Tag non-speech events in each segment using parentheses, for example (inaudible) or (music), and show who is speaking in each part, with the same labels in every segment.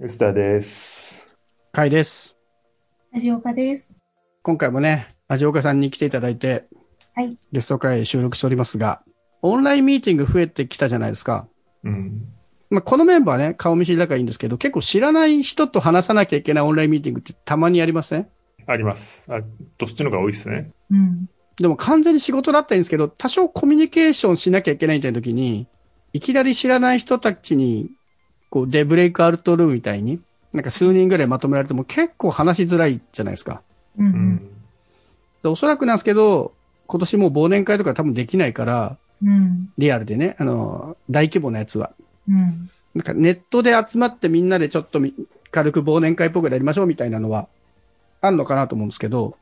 Speaker 1: 臼田です。
Speaker 2: かいです。
Speaker 3: ラジオカです。
Speaker 2: 今回もね、味岡さんに来ていただいて、
Speaker 3: はい。
Speaker 2: ゲスト会収録しておりますが、オンラインミーティング増えてきたじゃないですか。
Speaker 1: うん。
Speaker 2: まあ、このメンバーね、顔見知りだからいいんですけど、結構知らない人と話さなきゃいけないオンラインミーティングってたまにありません
Speaker 1: あります。あ、どっちの方が多いですね。
Speaker 3: うん。
Speaker 2: でも完全に仕事だったらいいんですけど、多少コミュニケーションしなきゃいけないみたいな時に、いきなり知らない人たちに、こう、デブレイクアウトルームみたいに、なんか数人ぐらいまとめられても結構話しづらいじゃないですか。
Speaker 3: う
Speaker 1: う。ん。
Speaker 2: でおそらくなんですけど、今年もう忘年会とか多分できないから、
Speaker 3: うん。
Speaker 2: リアルでね、あの、大規模なやつは。
Speaker 3: うん。
Speaker 2: なんかネットで集まってみんなでちょっとみ軽く忘年会っぽくやりましょうみたいなのは、あんのかなと思うんですけど、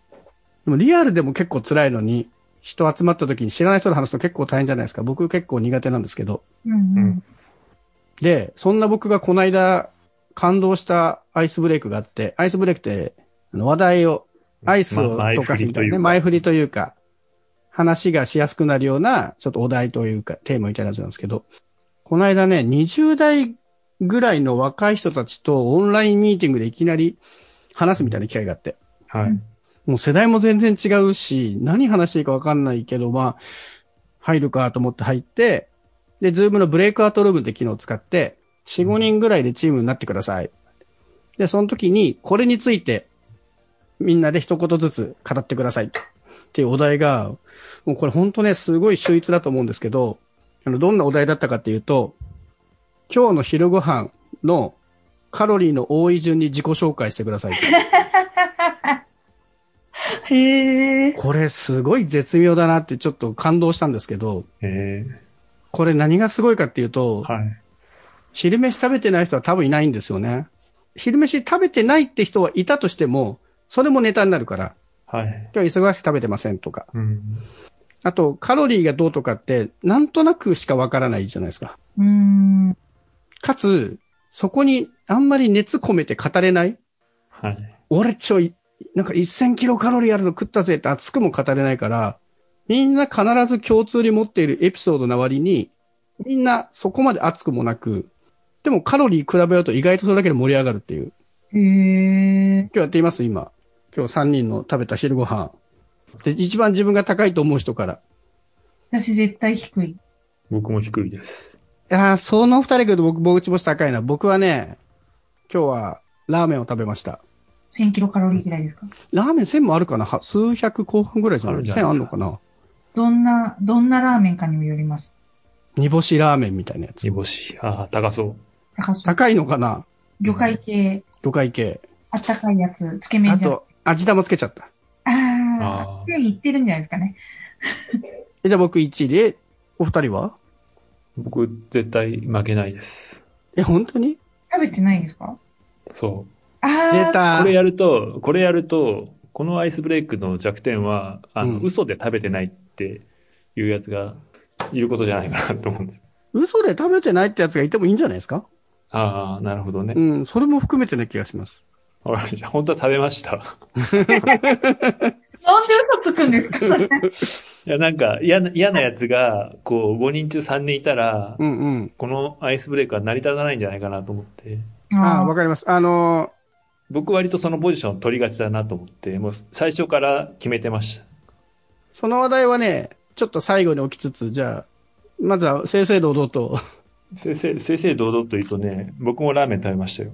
Speaker 2: でもリアルでも結構辛いのに、人集まった時に知らない人と話すの結構大変じゃないですか。僕結構苦手なんですけど。
Speaker 3: うん。
Speaker 2: で、そんな僕がこの間感動したアイスブレイクがあって、アイスブレイクってあの話題を、アイスを
Speaker 1: ま
Speaker 2: 溶かすみたいなね、
Speaker 1: 前
Speaker 2: 前
Speaker 1: 振
Speaker 2: 振
Speaker 1: り
Speaker 2: り
Speaker 1: と
Speaker 2: と
Speaker 1: いうか
Speaker 2: いうか、話がしやすくなるような、ちょっとお題というか、テーマみたいなやつなんですけど、この間ね、20代ぐらいの若い人たちとオンラインミーティングでいきなり話すみたいな機会があって、
Speaker 1: はい。
Speaker 2: もう世代も全然違うし、何話していいかわかんないけど、まあ、入るかと思って入って、で、ズームのブレイクアウトルームって機能を使って、4、5人ぐらいでチームになってください。で、その時に、これについて、みんなで一言ずつ語ってください。っていうお題が、もうこれ本当ね、すごい秀逸だと思うんですけど、あの、どんなお題だったかっていうと、今日の昼ご飯のカロリーの多い順に自己紹介してください。
Speaker 3: へえ。
Speaker 2: これすごい絶妙だなってちょっと感動したんですけど、
Speaker 1: えー
Speaker 2: これ何がすごいかっていうと、
Speaker 1: はい。
Speaker 2: 昼飯食べてない人は多分いないんですよね。昼飯食べてないって人はいたとしても、それもネタになるから、
Speaker 1: はい。
Speaker 2: 今日忙しく食べてませんとか、
Speaker 1: うん。
Speaker 2: あとカロリーがどうとかって、なんとなくしかわからないじゃないですか。
Speaker 3: うん。
Speaker 2: かつ、そこにあんまり熱込めて語れない
Speaker 1: はい。
Speaker 2: 俺ちょい、なんか1000キロカロリーあるの食ったぜって熱くも語れないから、みんな必ず共通に持っているエピソードな割に、みんなそこまで熱くもなく、でもカロリー比べると意外とそれだけで盛り上がるっていう。
Speaker 3: へえ。
Speaker 2: 今日やっています今。今日3人の食べた昼ご飯。で、一番自分が高いと思う人から。
Speaker 3: 私絶対低い。
Speaker 1: 僕も低いです。
Speaker 2: ああ、その二人けど僕、僕ちも高いな。僕はね、今日はラーメンを食べました。
Speaker 3: 1000キロカロリーぐらいですか
Speaker 2: ラーメン1000もあるかなは数百後半ぐらいじゃな
Speaker 1: あ
Speaker 2: い
Speaker 1: るんじゃない
Speaker 2: ?1000 あんのかな
Speaker 3: どんな、どんなラーメンかにもよります。
Speaker 2: 煮干しラーメンみたいなやつ
Speaker 1: 煮。干し。ああ、高そう。
Speaker 3: 高そう。
Speaker 2: 高いのかな
Speaker 3: 魚介系、
Speaker 2: 魚介系。
Speaker 3: あったかいやつ、つけ麺
Speaker 2: あ
Speaker 3: じゃん。あ
Speaker 2: と、味玉つけちゃった。
Speaker 3: あ
Speaker 1: あー
Speaker 3: ー。ついにいってるんじゃないですかね。
Speaker 2: えじゃあ僕1位で、お二人は
Speaker 1: 僕、絶対負けないです。
Speaker 2: え、本当に
Speaker 3: 食べてないですか
Speaker 1: そ
Speaker 2: 出
Speaker 3: ああ。
Speaker 1: う。
Speaker 2: た
Speaker 1: これ。やると、これやると、このアイスブレイクの弱点は、あの、
Speaker 2: うん
Speaker 1: 嘘で食べてないっていうやつがいることじゃないかなと思うんです。
Speaker 2: 嘘で食べてないってやつがいてもいいんじゃないですか
Speaker 1: ああ、なるほどね
Speaker 2: う。ん、それも含めてな気がします。
Speaker 1: わかりました本当は食べました。
Speaker 3: なんで嘘つくんですかそれ。
Speaker 1: いや、なんか、嫌な、嫌なやつが、こう、5人中3人いたら、
Speaker 2: うんうん。
Speaker 1: このアイスブレイクは成り立たないんじゃないかなと思って、
Speaker 2: (laughs) ああー、わかります。あの
Speaker 1: 僕割とそのポジションを取りがちだなと思って、もう最初から決めてました。
Speaker 2: ーその話題はね、ちょっと最後に置きつつ、じゃあ、まずは正々堂々と。
Speaker 1: 正々、正々堂々と言うとね、僕もラーメン食べましたよ。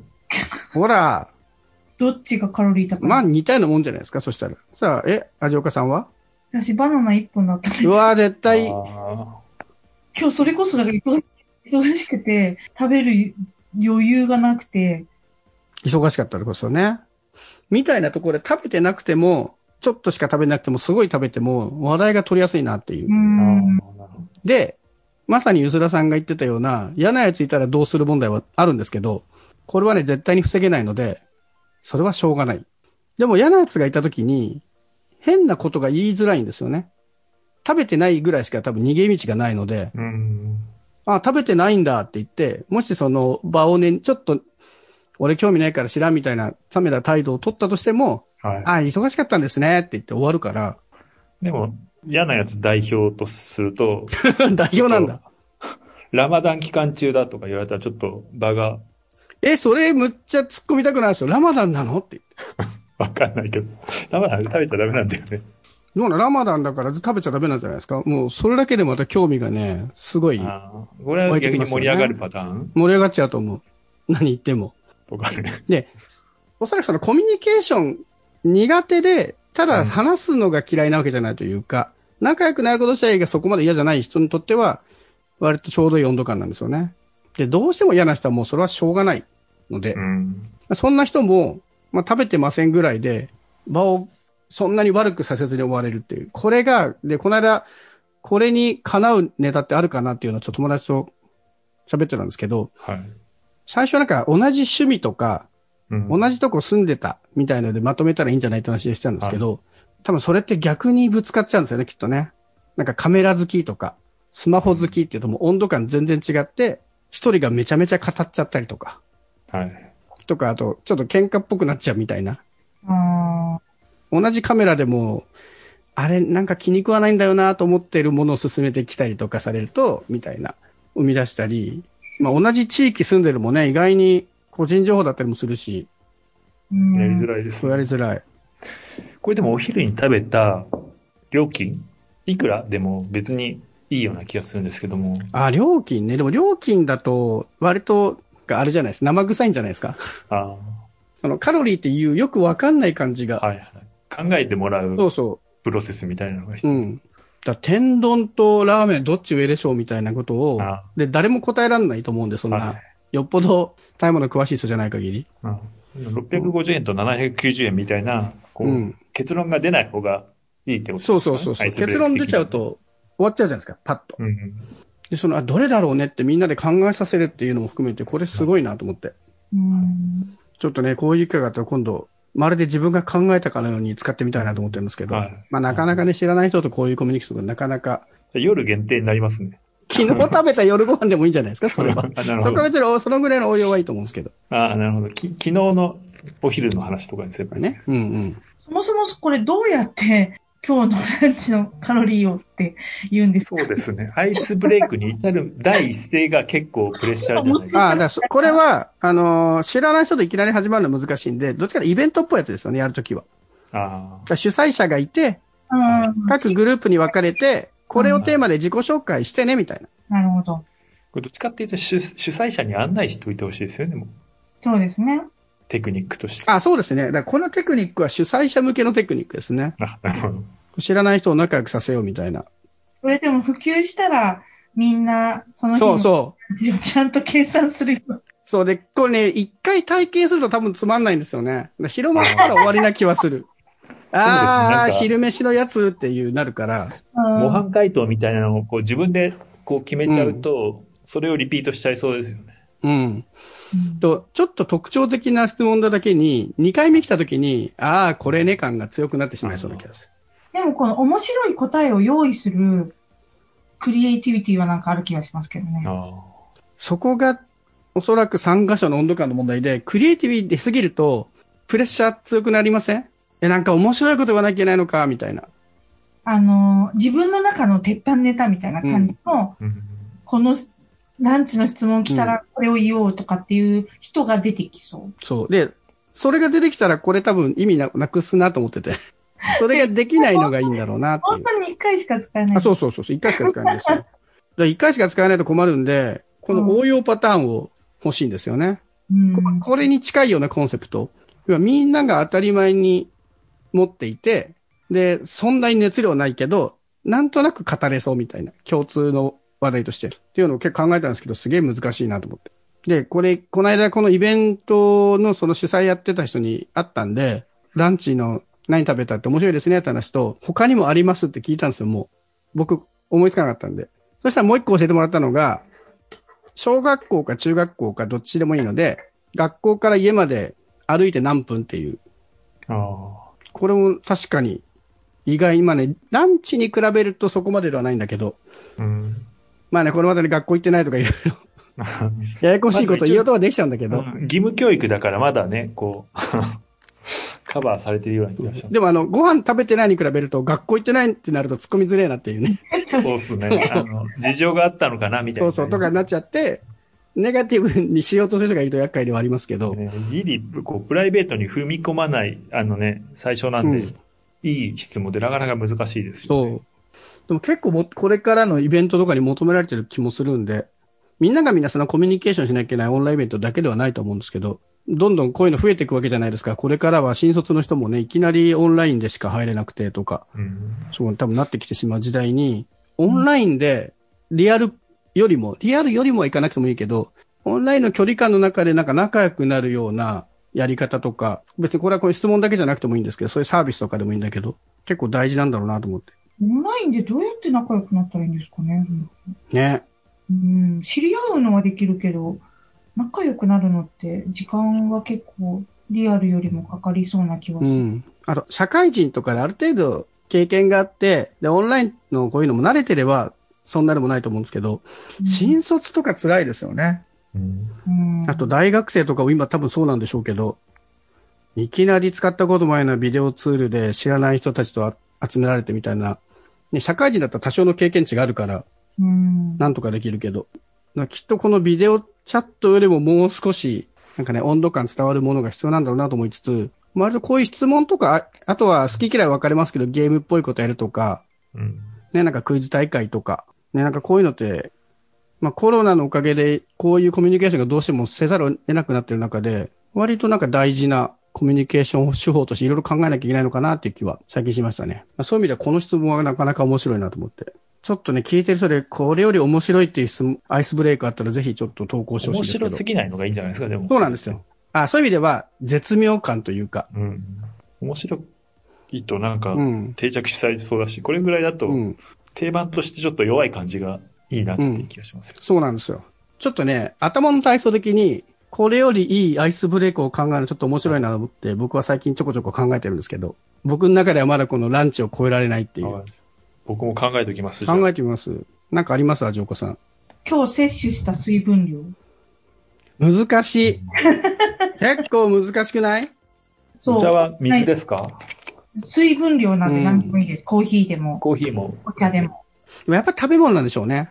Speaker 2: ほら、
Speaker 3: どっちがカロリー高い
Speaker 2: まあ似たようなもんじゃないですか、そしたら。さあ、え、味岡さんは
Speaker 3: 私バナナ1本だったんです
Speaker 2: うわー絶対
Speaker 1: あ、ー
Speaker 3: 今日それこそだから忙忙しくて、食べる余裕がなくて、
Speaker 2: 忙しかったらこそね。みたいなところで食べてなくても、ちょっとしか食べなくても、すごい食べても、話題が取りやすいなっていう
Speaker 3: う。
Speaker 1: あー、
Speaker 3: ん、
Speaker 1: なるほど。
Speaker 2: で、まさにゆすらさんが言ってたような、嫌なやついたらどうする問題はあるんですけど、これはね、絶対に防げないので、それはしょうがない。でも嫌なやつがいた時に、変なことが言いづらいんですよね。食べてないぐらいしか多分逃げ道がないので、
Speaker 1: うん。
Speaker 2: あ、食べてないんだって言って、もしその場をね、ちょっと、俺興味ないから知らんみたいな、冷めた態度を取ったとしても、
Speaker 1: は
Speaker 2: あ、忙しかったんですねって言って終わるから、 (laughs)
Speaker 1: い。でも、嫌なやつ代表とすると、
Speaker 2: 代表なんだ。
Speaker 1: ラマダン期間中だとか言われたらちょっと場が
Speaker 2: え、それむっちゃ突っ込みたくないでしょラマダンなのって言って。
Speaker 1: わかんないけど。ダメだ、食べちゃダメなんだよね。
Speaker 2: どうなのラマダンだから食べちゃダメなんじゃないですかもうそれだけでまた興味がね、すごい
Speaker 1: ああ、これは逆に盛り上がるパターン
Speaker 2: 盛り上がっちゃうと思う。何言っても。
Speaker 1: とかね。
Speaker 2: おそらくそのコミュニケーション苦手で、ただ話すのが嫌いなわけじゃないというか、仲良くなること自体がそこまで嫌じゃない人にとっては、割とちょうどいい温度感なんですよね。で、どうしても嫌な人はもうそれはしょうがないので、
Speaker 1: うん。
Speaker 2: そんな人も、まあ、食べてませんぐらいで、場をそんなに悪くさせずに終われるっていう。これが、で、この間、これにかなうネタってあるかなっていうのをちょっと友達と喋ってたんですけど、
Speaker 1: はい。
Speaker 2: 最初なんか同じ趣味とか、
Speaker 1: うん
Speaker 2: 同じとこ住んでたみたいのでまとめたらいいんじゃないって話でしたんですけど、多分それって逆にぶつかっちゃうんですよね、きっとね。なんかカメラ好きとか、スマホ好きっていうともう温度感全然違って、一人がめちゃめちゃ語っちゃったりとか、
Speaker 1: はい。
Speaker 2: とか、あと、ちょっと喧嘩っぽくなっちゃうみたいな。
Speaker 3: あ
Speaker 2: 同じカメラでも、あれ、なんか気に食わないんだよなと思ってるものを進めてきたりとかされると、みたいな、生み出したり、まあ同じ地域住んでるもね、意外に個人情報だったりもするし、
Speaker 3: ーうん
Speaker 1: やりづらいです
Speaker 2: そうやりづらい。
Speaker 1: これでもお昼に食べた料金、いくらでも別にいいような気がするんですけども、
Speaker 2: あ、料金ね。でも料金だと、割と、あれじゃないです。生臭いんじゃないですか。 (laughs)
Speaker 1: あ
Speaker 2: あの、カロリーっていうよくわかんない感じ
Speaker 1: あ、
Speaker 2: が。
Speaker 1: はいはい。考えてもら
Speaker 2: そううそ
Speaker 1: プロセスみたいなのが必
Speaker 2: う。う
Speaker 1: 要。
Speaker 2: ん。だから天丼とラーメンどっち上でしょうみたいなことを
Speaker 1: あ、
Speaker 2: で、誰も答えられないと思うんで、そんな、
Speaker 1: はい
Speaker 2: よっぽどタイムの詳しい人じゃない限り。
Speaker 1: うん650円と790円みたいな、こう、
Speaker 2: うん
Speaker 1: 結論が出ない方がいいってことですか
Speaker 2: そ
Speaker 1: ね
Speaker 2: うそうそうそ
Speaker 1: ア
Speaker 2: う。
Speaker 1: イスブレ
Speaker 2: 結
Speaker 1: イク的
Speaker 2: 論
Speaker 1: に
Speaker 2: 出ちゃう。と、終わっちゃうじゃないですか、パッと。
Speaker 1: うんうん。
Speaker 2: で、その、あ、どれだろうねってみんなで考えさせるっていうのも含めて、これすごいなと思って。
Speaker 3: うん
Speaker 2: ちょっとね、こういう機会があったら今度、まるで自分が考えたかのように使ってみたいなと思ってるんですけど、
Speaker 1: はい
Speaker 2: まあなかなかね、知らない人とこういうコミュニケーションがなかなか、
Speaker 1: 夜限定になりますね。
Speaker 2: 昨日食べた夜ご飯でもいいんじゃないですか、それ (laughs) は。
Speaker 1: あなる
Speaker 2: そ
Speaker 1: ほ
Speaker 2: こ
Speaker 1: ど。
Speaker 2: は別にそのぐらいの応用はいいと思うんですけど
Speaker 1: あなるほど。き昨日のお昼の話とかにすればね。
Speaker 2: ね。うんうん。
Speaker 3: そもそもこれどうやって今日のランチのカロリーをって言うんです
Speaker 1: そ
Speaker 3: か
Speaker 1: うですね。アイスブレイクに至る第一声が結構プレッシャーじゃないです
Speaker 2: ああ、
Speaker 1: か。 (laughs)
Speaker 2: だからそこれは、あのー知らない人といきなり始まるの難しいんで、どっちかのイベントっぽいやつですよね、やるときは。
Speaker 1: あ
Speaker 2: だから主催者がいて、
Speaker 3: あ
Speaker 2: 各グループに分かれて、これをテーマで自己紹介してね、みたいな。
Speaker 3: なるほど。
Speaker 1: これどっちかっていうと主主催者に案内しておいてほしいですよね、もう
Speaker 3: そうですね。
Speaker 1: テクニックとして。
Speaker 2: あ、そうですね。だからこのテクニックは主催者向けのテクニックですね。
Speaker 1: あなるほど。
Speaker 2: 知らない人を仲良くさせようみたいな。
Speaker 3: それでも普及したら、みんな、その日
Speaker 2: そ
Speaker 3: の
Speaker 2: うそう。
Speaker 3: ランチをちゃんと計算するように
Speaker 2: そうで、これね、一回体験すると多分つまんないんですよね。広まったら終わりな気はする。あ
Speaker 1: なん
Speaker 2: あ、
Speaker 1: か
Speaker 2: 昼飯のやつっていうなるから。
Speaker 3: うん
Speaker 1: 模範解答みたいなのをこう自分でこう決めちゃうと、それをリピートしちゃいそうですよね。
Speaker 2: うん。と、ちょっと特徴的な質問だだけに、2回目来た時に、ああ、これね感が強くなってしまいそうな気がする。
Speaker 3: でもこの面白い答えを用意するクリエイティビティはなんかある気がしますけどね。
Speaker 1: あ
Speaker 2: そこが、おそらく参加者の温度感の問題で、クリエイティビ出すぎると、プレッシャー強くなりませんえ、なんか面白いことがなきゃいけないのか、みたいな。
Speaker 3: あの、自分の中の鉄板ネタみたいな感じの、
Speaker 1: あ。うん
Speaker 3: このランチの質問来たらこれを言おうとかっていう人が出てきそう。
Speaker 2: そう。で、それが出てきたら、これ多分意味ななくすなと思って
Speaker 3: (laughs)
Speaker 2: て。それができないのがいいんだろうな、ってい
Speaker 3: 本
Speaker 2: う。
Speaker 3: 当に一回しか使えない。
Speaker 2: あ、そうそうそうそう。一回しか使えないです
Speaker 3: (laughs)
Speaker 2: よ。だから一回しか使えないと困るんで、この応用パターンを欲しいんですよね。
Speaker 3: うん。
Speaker 2: ここれに近いようなコンセプト。要はみんなが当たり前に持っていて、で、そんなに熱量ないけど、なんとなく語れそうみたいな、共通の話題として。っていうのを結構考えたんですけど、すげえ難しいなと思って。で、これ、この間このイベントのその主催やってた人に会ったんで、ランチの何食べたって面白いですねって話と、他にもありますって聞いたんですよ、もう。僕、思いつかなかったんで。そしたらもう一個教えてもらったのが、小学校か中学校かどっちでもいいので、学校から家まで歩いて何分っていう。
Speaker 1: あ
Speaker 2: これも確かに意外に、まあね、ランチに比べるとそこまでではないんだけど、
Speaker 1: あ。 (laughs) うん。
Speaker 2: まあね、これまでに学校行ってないとかいろいろ (laughs) ややこしいこと言おうとはできちゃうんだけど、
Speaker 1: 義務教育だからまだね、こう、 (laughs) カバーされてるような気がし (laughs) ます。
Speaker 2: でもあの、ご飯食べてないに比べると学校行ってないってなると突っ込みづれえなっていうね。
Speaker 1: そうですね。あの、事情があったのかな、みたい
Speaker 2: そ
Speaker 1: な。
Speaker 2: うそうとかになっちゃって、ネガティブにしようとする人がいると厄介ではありますけど、
Speaker 1: ね、ギリ、こう、プライベートに踏み込まない、あのね、最初なんで、
Speaker 2: うん
Speaker 1: いい質問でなかなか難しいですよ、
Speaker 2: そう
Speaker 1: ね。。
Speaker 2: でも結構もこれからのイベントとかに求められてる気もするんで、みんながみんなそのコミュニケーションしなきゃいけないオンラインイベントだけではないと思うんですけど、どんどんこういうの増えていくわけじゃないですか。これからは新卒の人もね、いきなりオンラインでしか入れなくてとか、
Speaker 1: そう。ん。
Speaker 2: そう多分なってきてしまう時代に、オンラインでリアルよりも、リアルよりもはいかなくてもいいけど、オンラインの距離感の中でなんか仲良くなるようなやり方とか、別にこれはこういう質問だけじゃなくてもいいんですけど、そういうサービスとかでもいいんだけど、結構大事なんだろうなと思って。
Speaker 3: オンラインでどうやって仲良くなったらいいんですかね。
Speaker 2: ね。
Speaker 3: うん、知り合うのはできるけど、仲良くなるのって時間は結構リアルよりもかかりそうな気は
Speaker 2: う
Speaker 3: する。
Speaker 2: ん。あと、社会人とかである程度経験があって、で、オンラインのこういうのも慣れてれば、そんなでもないと思うんですけど、新卒とか辛いですよね。
Speaker 1: うん。
Speaker 3: うん
Speaker 2: あと、大学生とかも今多分そうなんでしょうけど、いきなり使ったこともないようなビデオツールで知らない人たちとあ集められてみたいな、ね、社会人だったら多少の経験値があるから、
Speaker 3: うん、
Speaker 2: なんとかできるけど、なきっとこのビデオチャットよりももう少し、なんかね、温度感伝わるものが必要なんだろうなと思いつつ、まるでこういう質問とか、ああとは好き嫌い分かれますけど、ゲームっぽいことやるとか、
Speaker 1: うん。
Speaker 2: ね、なんかクイズ大会とか、ね、なんかこういうのって、まあコロナのおかげで、こういうコミュニケーションがどうしてもせざるを得なくなってる中で、割となんか大事なコミュニケーション手法としていろいろ考えなきゃいけないのかなっていう気は最近しましたね。まあ、そういう意味ではこの質問はなかなか面白いなと思って。ちょっとね、聞いてる人で、これより面白いっていう質問、アイスブレイクあったらぜひちょっと投稿してほし
Speaker 1: 面
Speaker 2: いんですけ
Speaker 1: 白
Speaker 2: ど。
Speaker 1: すぎないのがいいんじゃないですか、でも。
Speaker 2: そうなんですよ。。あ、そういう意味では、絶妙感というか。
Speaker 1: うん。面白いとなんか
Speaker 2: う、ん。
Speaker 1: 定着しちゃいそうだし、これぐらいだと
Speaker 2: う、ん。
Speaker 1: 定番としてちょっと弱い感じがいいなっていう気がしますよ。
Speaker 2: そうなんですよ。ちょっとね、頭の体操的に、これよりいいアイスブレイクを考えるのちょっと面白いなと思って、僕は最近ちょこちょこ考えてるんですけど、僕の中ではまだこのランチを超えられないっていう。
Speaker 1: はい僕も考えておきます。じゃあ
Speaker 2: 考えてみます。なんかありますアジョーコさん。
Speaker 3: 今日摂取した水分量。
Speaker 2: 難しい。結構難しくない
Speaker 1: お茶
Speaker 3: そう。
Speaker 1: は水ですか、
Speaker 3: 水分量なんて何でもいいです。コーヒーでも、
Speaker 1: コーヒーも。
Speaker 3: お茶でも。
Speaker 2: でもやっぱ食べ物なんでしょうね。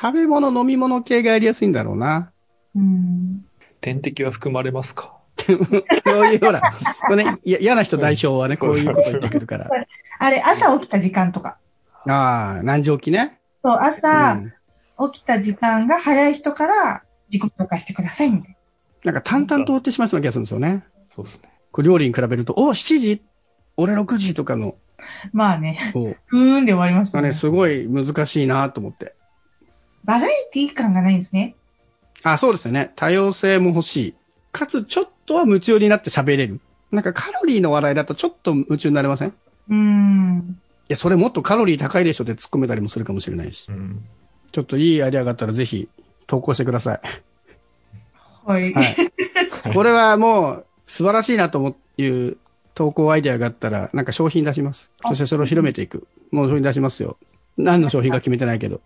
Speaker 2: 食べ物、飲み物系がやりやすいんだろうな。
Speaker 3: うん。
Speaker 1: 点滴は含まれますか
Speaker 2: こういう、ほら、これね、いや嫌な人代表はね、こういうこと言ってくるから。
Speaker 3: あれ、朝起きた時間とか。
Speaker 2: ああ、何時起きね。
Speaker 3: そう、朝
Speaker 2: うん
Speaker 3: 起きた時間が早い人から自己紹介してくださいみたい
Speaker 2: なんか淡々と追ってしまいそうな気がするんですよね。
Speaker 1: そうですね。
Speaker 2: こう料理に比べると、お、7時俺6時とかの、
Speaker 3: な。まあね、
Speaker 2: こう、
Speaker 3: ふーんで終わりました
Speaker 2: がね、
Speaker 3: ね。
Speaker 2: すごい難しいなと思って。
Speaker 3: バラエティ感がないんですね。
Speaker 2: あ、そうですよね。多様性も欲しい。かつ、ちょっとは夢中になって喋れる。なんかカロリーの話題だとちょっと夢中になれませんい
Speaker 3: うん。
Speaker 2: や、それもっとカロリー高いでしょって突っ込めたりもするかもしれないし
Speaker 1: う。ん。
Speaker 2: ちょっといいアイデアがあったらぜひ投稿してください。
Speaker 3: はい。
Speaker 2: はい。 (laughs) これはもう素晴らしいなという投稿アイデアがあったら、なんか商品出します。
Speaker 3: あ
Speaker 2: そしてそれを広めていく。もう商品出しますよ。何の商品か決めてない (laughs) けど。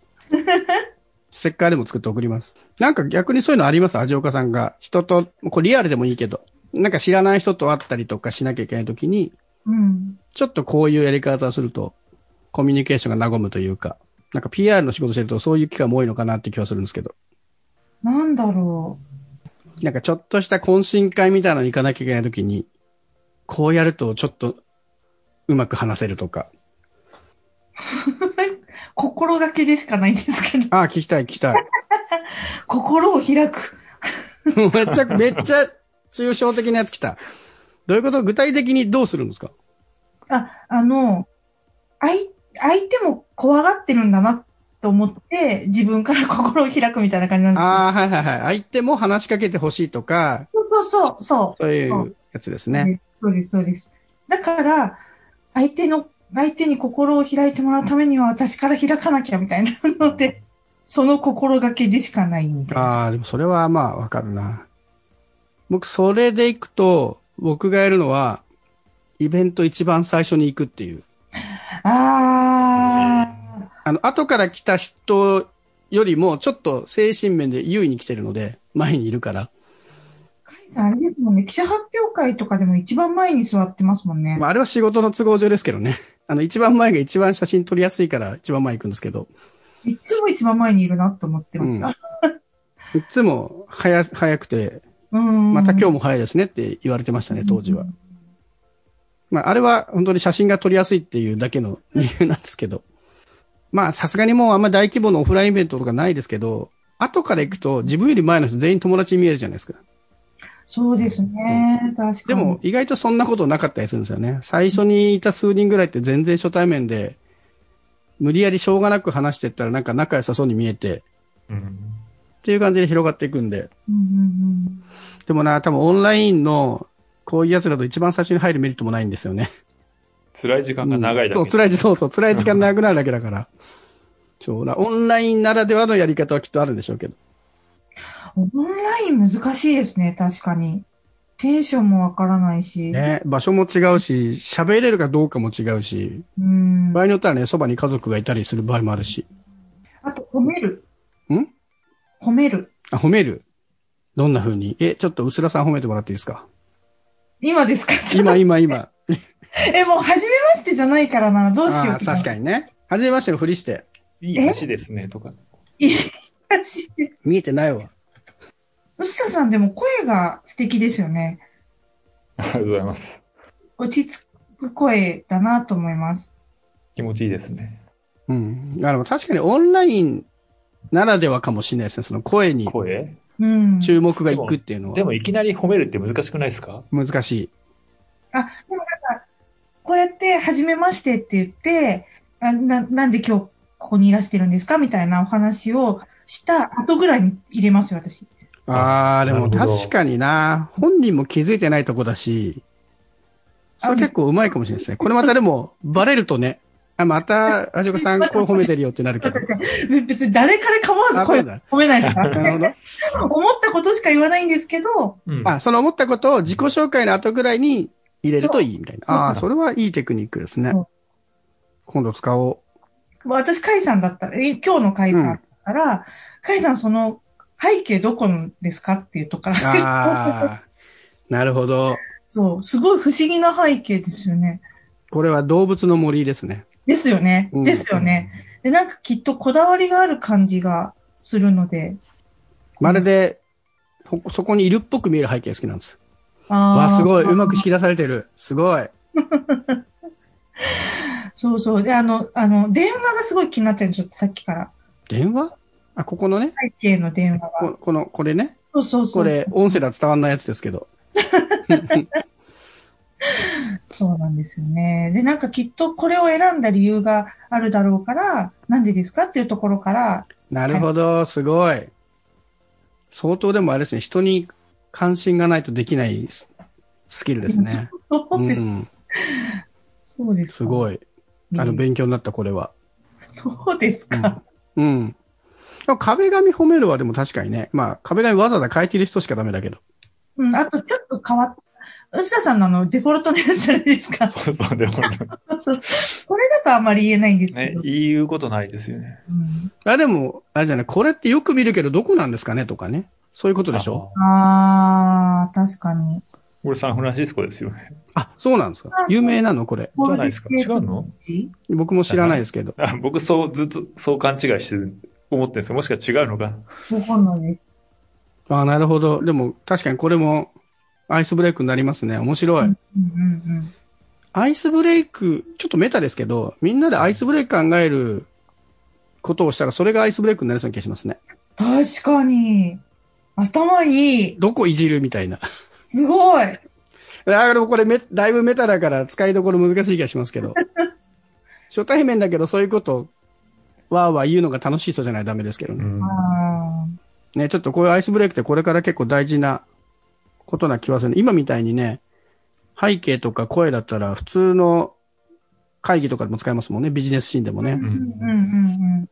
Speaker 2: ステッカーでも作って送ります。なんか逆にそういうのあります味岡さんが。人と、これリアルでもいいけど、なんか知らない人と会ったりとかしなきゃいけないときに、
Speaker 3: うん。
Speaker 2: ちょっとこういうやり方をすると、コミュニケーションが和むというか、なんか PR の仕事してるとそういう機会も多いのかなって気はするんですけど、
Speaker 3: なんだろ
Speaker 2: なんかちょっとした懇親会みたいなのに行かなきゃいけないときに、こうやるとちょっとうまく話せるとか。
Speaker 3: う。心がけでしかないんですけど、
Speaker 2: ああ、聞きたい聞きたい。 (laughs)
Speaker 3: 心を開く。
Speaker 2: めっちゃ、めっちゃ抽象的なやつ来た。どういうこと具体的にどうするんですか
Speaker 3: あ、あの、相、相手も怖がってるんだなと思って、自分から心を開くみたいな感じなんです
Speaker 2: ああ、はいはいはい。相手も話しかけてほしいとか、
Speaker 3: けど。そうそうそう、そう。
Speaker 2: そういうやつですね。。
Speaker 3: そうです、そうです。だから、相手の、相手に心を開いてもらうためには私から開かなきゃみたいなので、その心がけでしかないみたいな。
Speaker 2: ああ、でもそれはまあわかるな。僕、それで行くと、僕がやるのは、イベント一番最初に行くっていう。
Speaker 3: あー
Speaker 2: あの、後から来た人よりも、ちょっと精神面で優位に来てるので、前にいるから。
Speaker 3: カイさんあれですもんね、記者発表会とかでも一番前に座ってますもんね。
Speaker 2: まあ、あれは仕事の都合上ですけどね。 (laughs) あの、一番前が一番写真撮りやすいから、一番前行くんですけど。
Speaker 3: いつも一番前にいるなと思ってました。
Speaker 2: いつも早、早くて、
Speaker 3: うん。
Speaker 2: また今日も早いですねって言われてましたね、当時は。。まあ、あれは本当に写真が撮りやすいっていうだけの理由なんですけど。まあ、さすがにもうあんま大規模のオフラインイベントとかないですけど、後から行くと自分より前の人全員友達に見えるじゃないですか。
Speaker 3: そうですね。確かに。
Speaker 2: でも、意外とそんなことなかったりするんですよね。最初にいた数人ぐらいって全然初対面で、無理やりしょうがなく話してったらなんか仲良さそうに見えて、
Speaker 1: うん。
Speaker 2: っていう感じで広がっていくんで。
Speaker 3: うんうん
Speaker 2: でもな、多分オンラインのこういうやつだと一番最初に入るメリットもないんですよね。
Speaker 1: 辛い時間が長いだ
Speaker 2: うん
Speaker 1: け。
Speaker 2: そう辛い時、そうそう、辛い時間なくなるだけだから。そうな、オンラインならではのやり方はきっとあるんでしょうけど。
Speaker 3: うん。オンライン難しいですね、確かに。テンションもわからないし。
Speaker 2: ね、場所も違うし、喋れるかどうかも違うし、
Speaker 3: うん。
Speaker 2: 場合によってはね、そばに家族がいたりする場合もあるし。
Speaker 3: あと、褒める。
Speaker 2: ん
Speaker 3: 褒める。
Speaker 2: あ、褒めるどんな風にえ、ちょっと薄らさん褒めてもらっていいですか
Speaker 3: 今ですか
Speaker 2: 今、今、今。
Speaker 3: (laughs) え、もう、初めましてじゃないからな。どうしよ
Speaker 2: あ
Speaker 3: う。
Speaker 2: ー確か
Speaker 3: に。
Speaker 2: にね。はじめましてのふりして、
Speaker 1: いい橋ですね、とか。 (laughs)
Speaker 3: (laughs)
Speaker 2: 見えてないわ。
Speaker 3: 牛田さんでも声が素敵ですよね。
Speaker 1: ありがとうございます。
Speaker 3: 落ち着く声だなと思います。
Speaker 1: 気持ちいいですね。
Speaker 2: うん。あの、確かにオンラインならではかもしれないですね。その声に
Speaker 1: 声
Speaker 3: うん。
Speaker 2: 注目がいくっていうの
Speaker 1: で
Speaker 2: は
Speaker 1: もいきなり褒めるって難しくないですか
Speaker 2: 難しい。
Speaker 3: あ、でもなんか、こうやって、初めましてって言って、あななんで今日ここにいらしてるんですかみたいなお話をした後ぐらいに入れますよ、私。
Speaker 2: ああ、でも
Speaker 1: なるほど
Speaker 2: 確かにな。本人も気づいてないとこだし、それ結構うまいかもしれないですね。これまたでも、バレるとね、あ、また、ラジオカさん、こう褒めてるよってなるけど。
Speaker 3: べ別に誰から構わず
Speaker 2: あ、そ
Speaker 3: 声
Speaker 2: う
Speaker 3: を
Speaker 2: だ。
Speaker 3: 褒めないですか
Speaker 2: (laughs) なるほ
Speaker 3: ら。
Speaker 2: ど。
Speaker 3: (laughs) 思ったことしか言わないんですけど、
Speaker 1: うん。
Speaker 2: あ、その思ったことを自己紹介の後ぐらいに入れるといいみたいな。
Speaker 3: そう
Speaker 2: ああー、
Speaker 1: そう
Speaker 2: それはいいテクニックですね
Speaker 3: そう。
Speaker 2: 今度使お
Speaker 3: 私、カイさんだったら、え今日のカイさんだったら、カイさんその背景どこのですかっていうとこか
Speaker 2: う。
Speaker 3: ら、
Speaker 2: ああ、 (laughs) なるほど。
Speaker 3: そう、すごい不思議な背景ですよね。
Speaker 2: これは動物の森ですね。
Speaker 3: ですよね。
Speaker 2: うん
Speaker 3: ですよね。で、なんかきっとこだわりがある感じがするので。
Speaker 2: まるで、ほそこにいるっぽく見える背景好きなんです。
Speaker 3: あー
Speaker 2: わあ、すごい。うまく引き出されてる。すごい。
Speaker 3: そうそう。で、あの、あの、電話がすごい気になってるんですよ、さっきから。
Speaker 2: 電話あ、ここのね。
Speaker 3: 背景の電話が。
Speaker 2: ここの、これね。
Speaker 3: そうそうそう。
Speaker 2: これ、音声では伝わんないやつですけ
Speaker 3: (laughs)
Speaker 2: ど。
Speaker 3: そうなんですよね。で、なんかきっとこれを選んだ理由があるだろうから、なんでですかっていうところから、
Speaker 2: なるほど、すごい。相当でもあれですね、人に関心がないとできないススキルですね。うん、
Speaker 3: そうですか。
Speaker 2: すごい。あの、
Speaker 3: うん
Speaker 2: 勉強になった、これは。 (laughs)
Speaker 3: そうですか。
Speaker 2: うん。でも壁紙褒めるはでも確かにね。まあ、壁紙わざわざ変えてる人しかダメだけど。
Speaker 3: うん、あとちょっと変わった。うすらさんのあの、デフォルトのやつじゃないですか。
Speaker 1: そうそう、でも、
Speaker 3: これだとあんまり言えないんですけ
Speaker 1: ね
Speaker 2: (laughs)
Speaker 3: ど。、
Speaker 1: 言うことないですよね。
Speaker 3: うん
Speaker 2: あ、でも、あれじゃない、これってよく見るけど、どこなんですかねとかね。そういうことでしょ
Speaker 1: あ
Speaker 3: ああ、確かに。
Speaker 1: これサンフランシスコですよね。
Speaker 2: あ、そうなんですか。有名なのこれ。
Speaker 1: じゃないですか違うの
Speaker 2: 僕も知らないですけど。
Speaker 1: あ僕、そう、ずっと、そう勘違いしてる、思ってるんですよ。もしかしたら違うのか。
Speaker 3: わかんないです。
Speaker 2: あなるほど。でも、確かにこれも、アイスブレイクになりますね。面白い。
Speaker 3: うんうん
Speaker 2: アイスブレイク、ちょっとメタですけど、みんなでアイスブレイク考えることをしたら、それがアイスブレイクになりそうな気がしますね。
Speaker 3: うん。確かに。頭いい。
Speaker 2: どこいじるみたいな。 (laughs)
Speaker 3: すごい。
Speaker 2: だからこれめ、だいぶメタだから使いどころ難しい気がしますけど。初対面だけど、そういうこと、わーわー言うのが楽しいそうじゃないとダメですけど
Speaker 1: う
Speaker 2: ね。
Speaker 1: ん。
Speaker 3: あ
Speaker 2: ね、ちょっとこういうアイスブレイクってこれから結構大事なことな気はするね。今みたいにね、背景とか声だったら普通の会議とかでも使えますもんね。ビジネスシーンでも
Speaker 3: ー
Speaker 2: ね
Speaker 3: うん。うんうん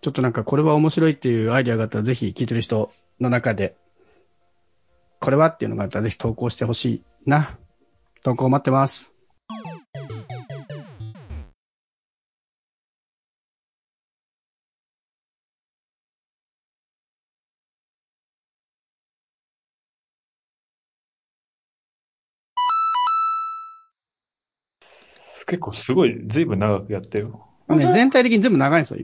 Speaker 2: ちょっとなんかこれは面白いっていうアイデアがあったらぜひ聞いてる人の中で、これはっていうのがあったらぜひ投稿してほしいな。投稿待ってます。
Speaker 1: 結構すごい、ずいぶん長くやってる。
Speaker 3: 本当
Speaker 2: ね、全体的に全部長いんですよ。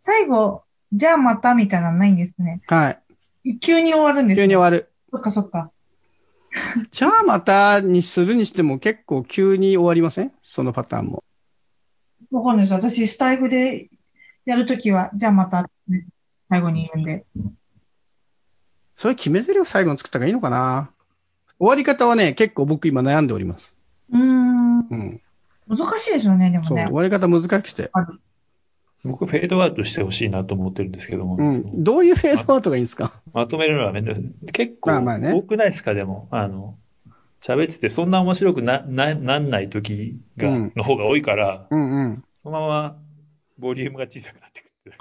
Speaker 3: 最後、じゃあまたみたいなのないんですね。
Speaker 2: はい。
Speaker 3: 急に終わるんです
Speaker 2: 急
Speaker 3: ね
Speaker 2: に終わる。
Speaker 3: そっかそっか。
Speaker 2: じゃあまたにするにしても結構急に終わりませんそのパターンも。
Speaker 3: わかんないです。私、スタイフでやるときは、じゃあまた、ね、最後に言うんで。
Speaker 2: それ決め台詞最後に作った方がいいのかな終わり方はね、結構僕今悩んでおります。
Speaker 3: うー
Speaker 2: う
Speaker 3: ん。
Speaker 2: ん。
Speaker 3: 難しいですよね、でも
Speaker 2: そう、
Speaker 3: ね
Speaker 2: 終。わり方難しくて。
Speaker 1: 僕、フェードアウトしてほしいなと思ってるんですけども、
Speaker 2: うん。どういうフェードアウトがいいんですか
Speaker 1: まとめるのはめんどくさい。結構、
Speaker 2: まあまあね
Speaker 1: 多くないですか、でも、あの、喋ってて、そんな面白くな、な、なんない時が、
Speaker 2: うん
Speaker 1: の方が多いから、
Speaker 2: うんうん。
Speaker 1: そのまま、ボリュームが小さくなってくる。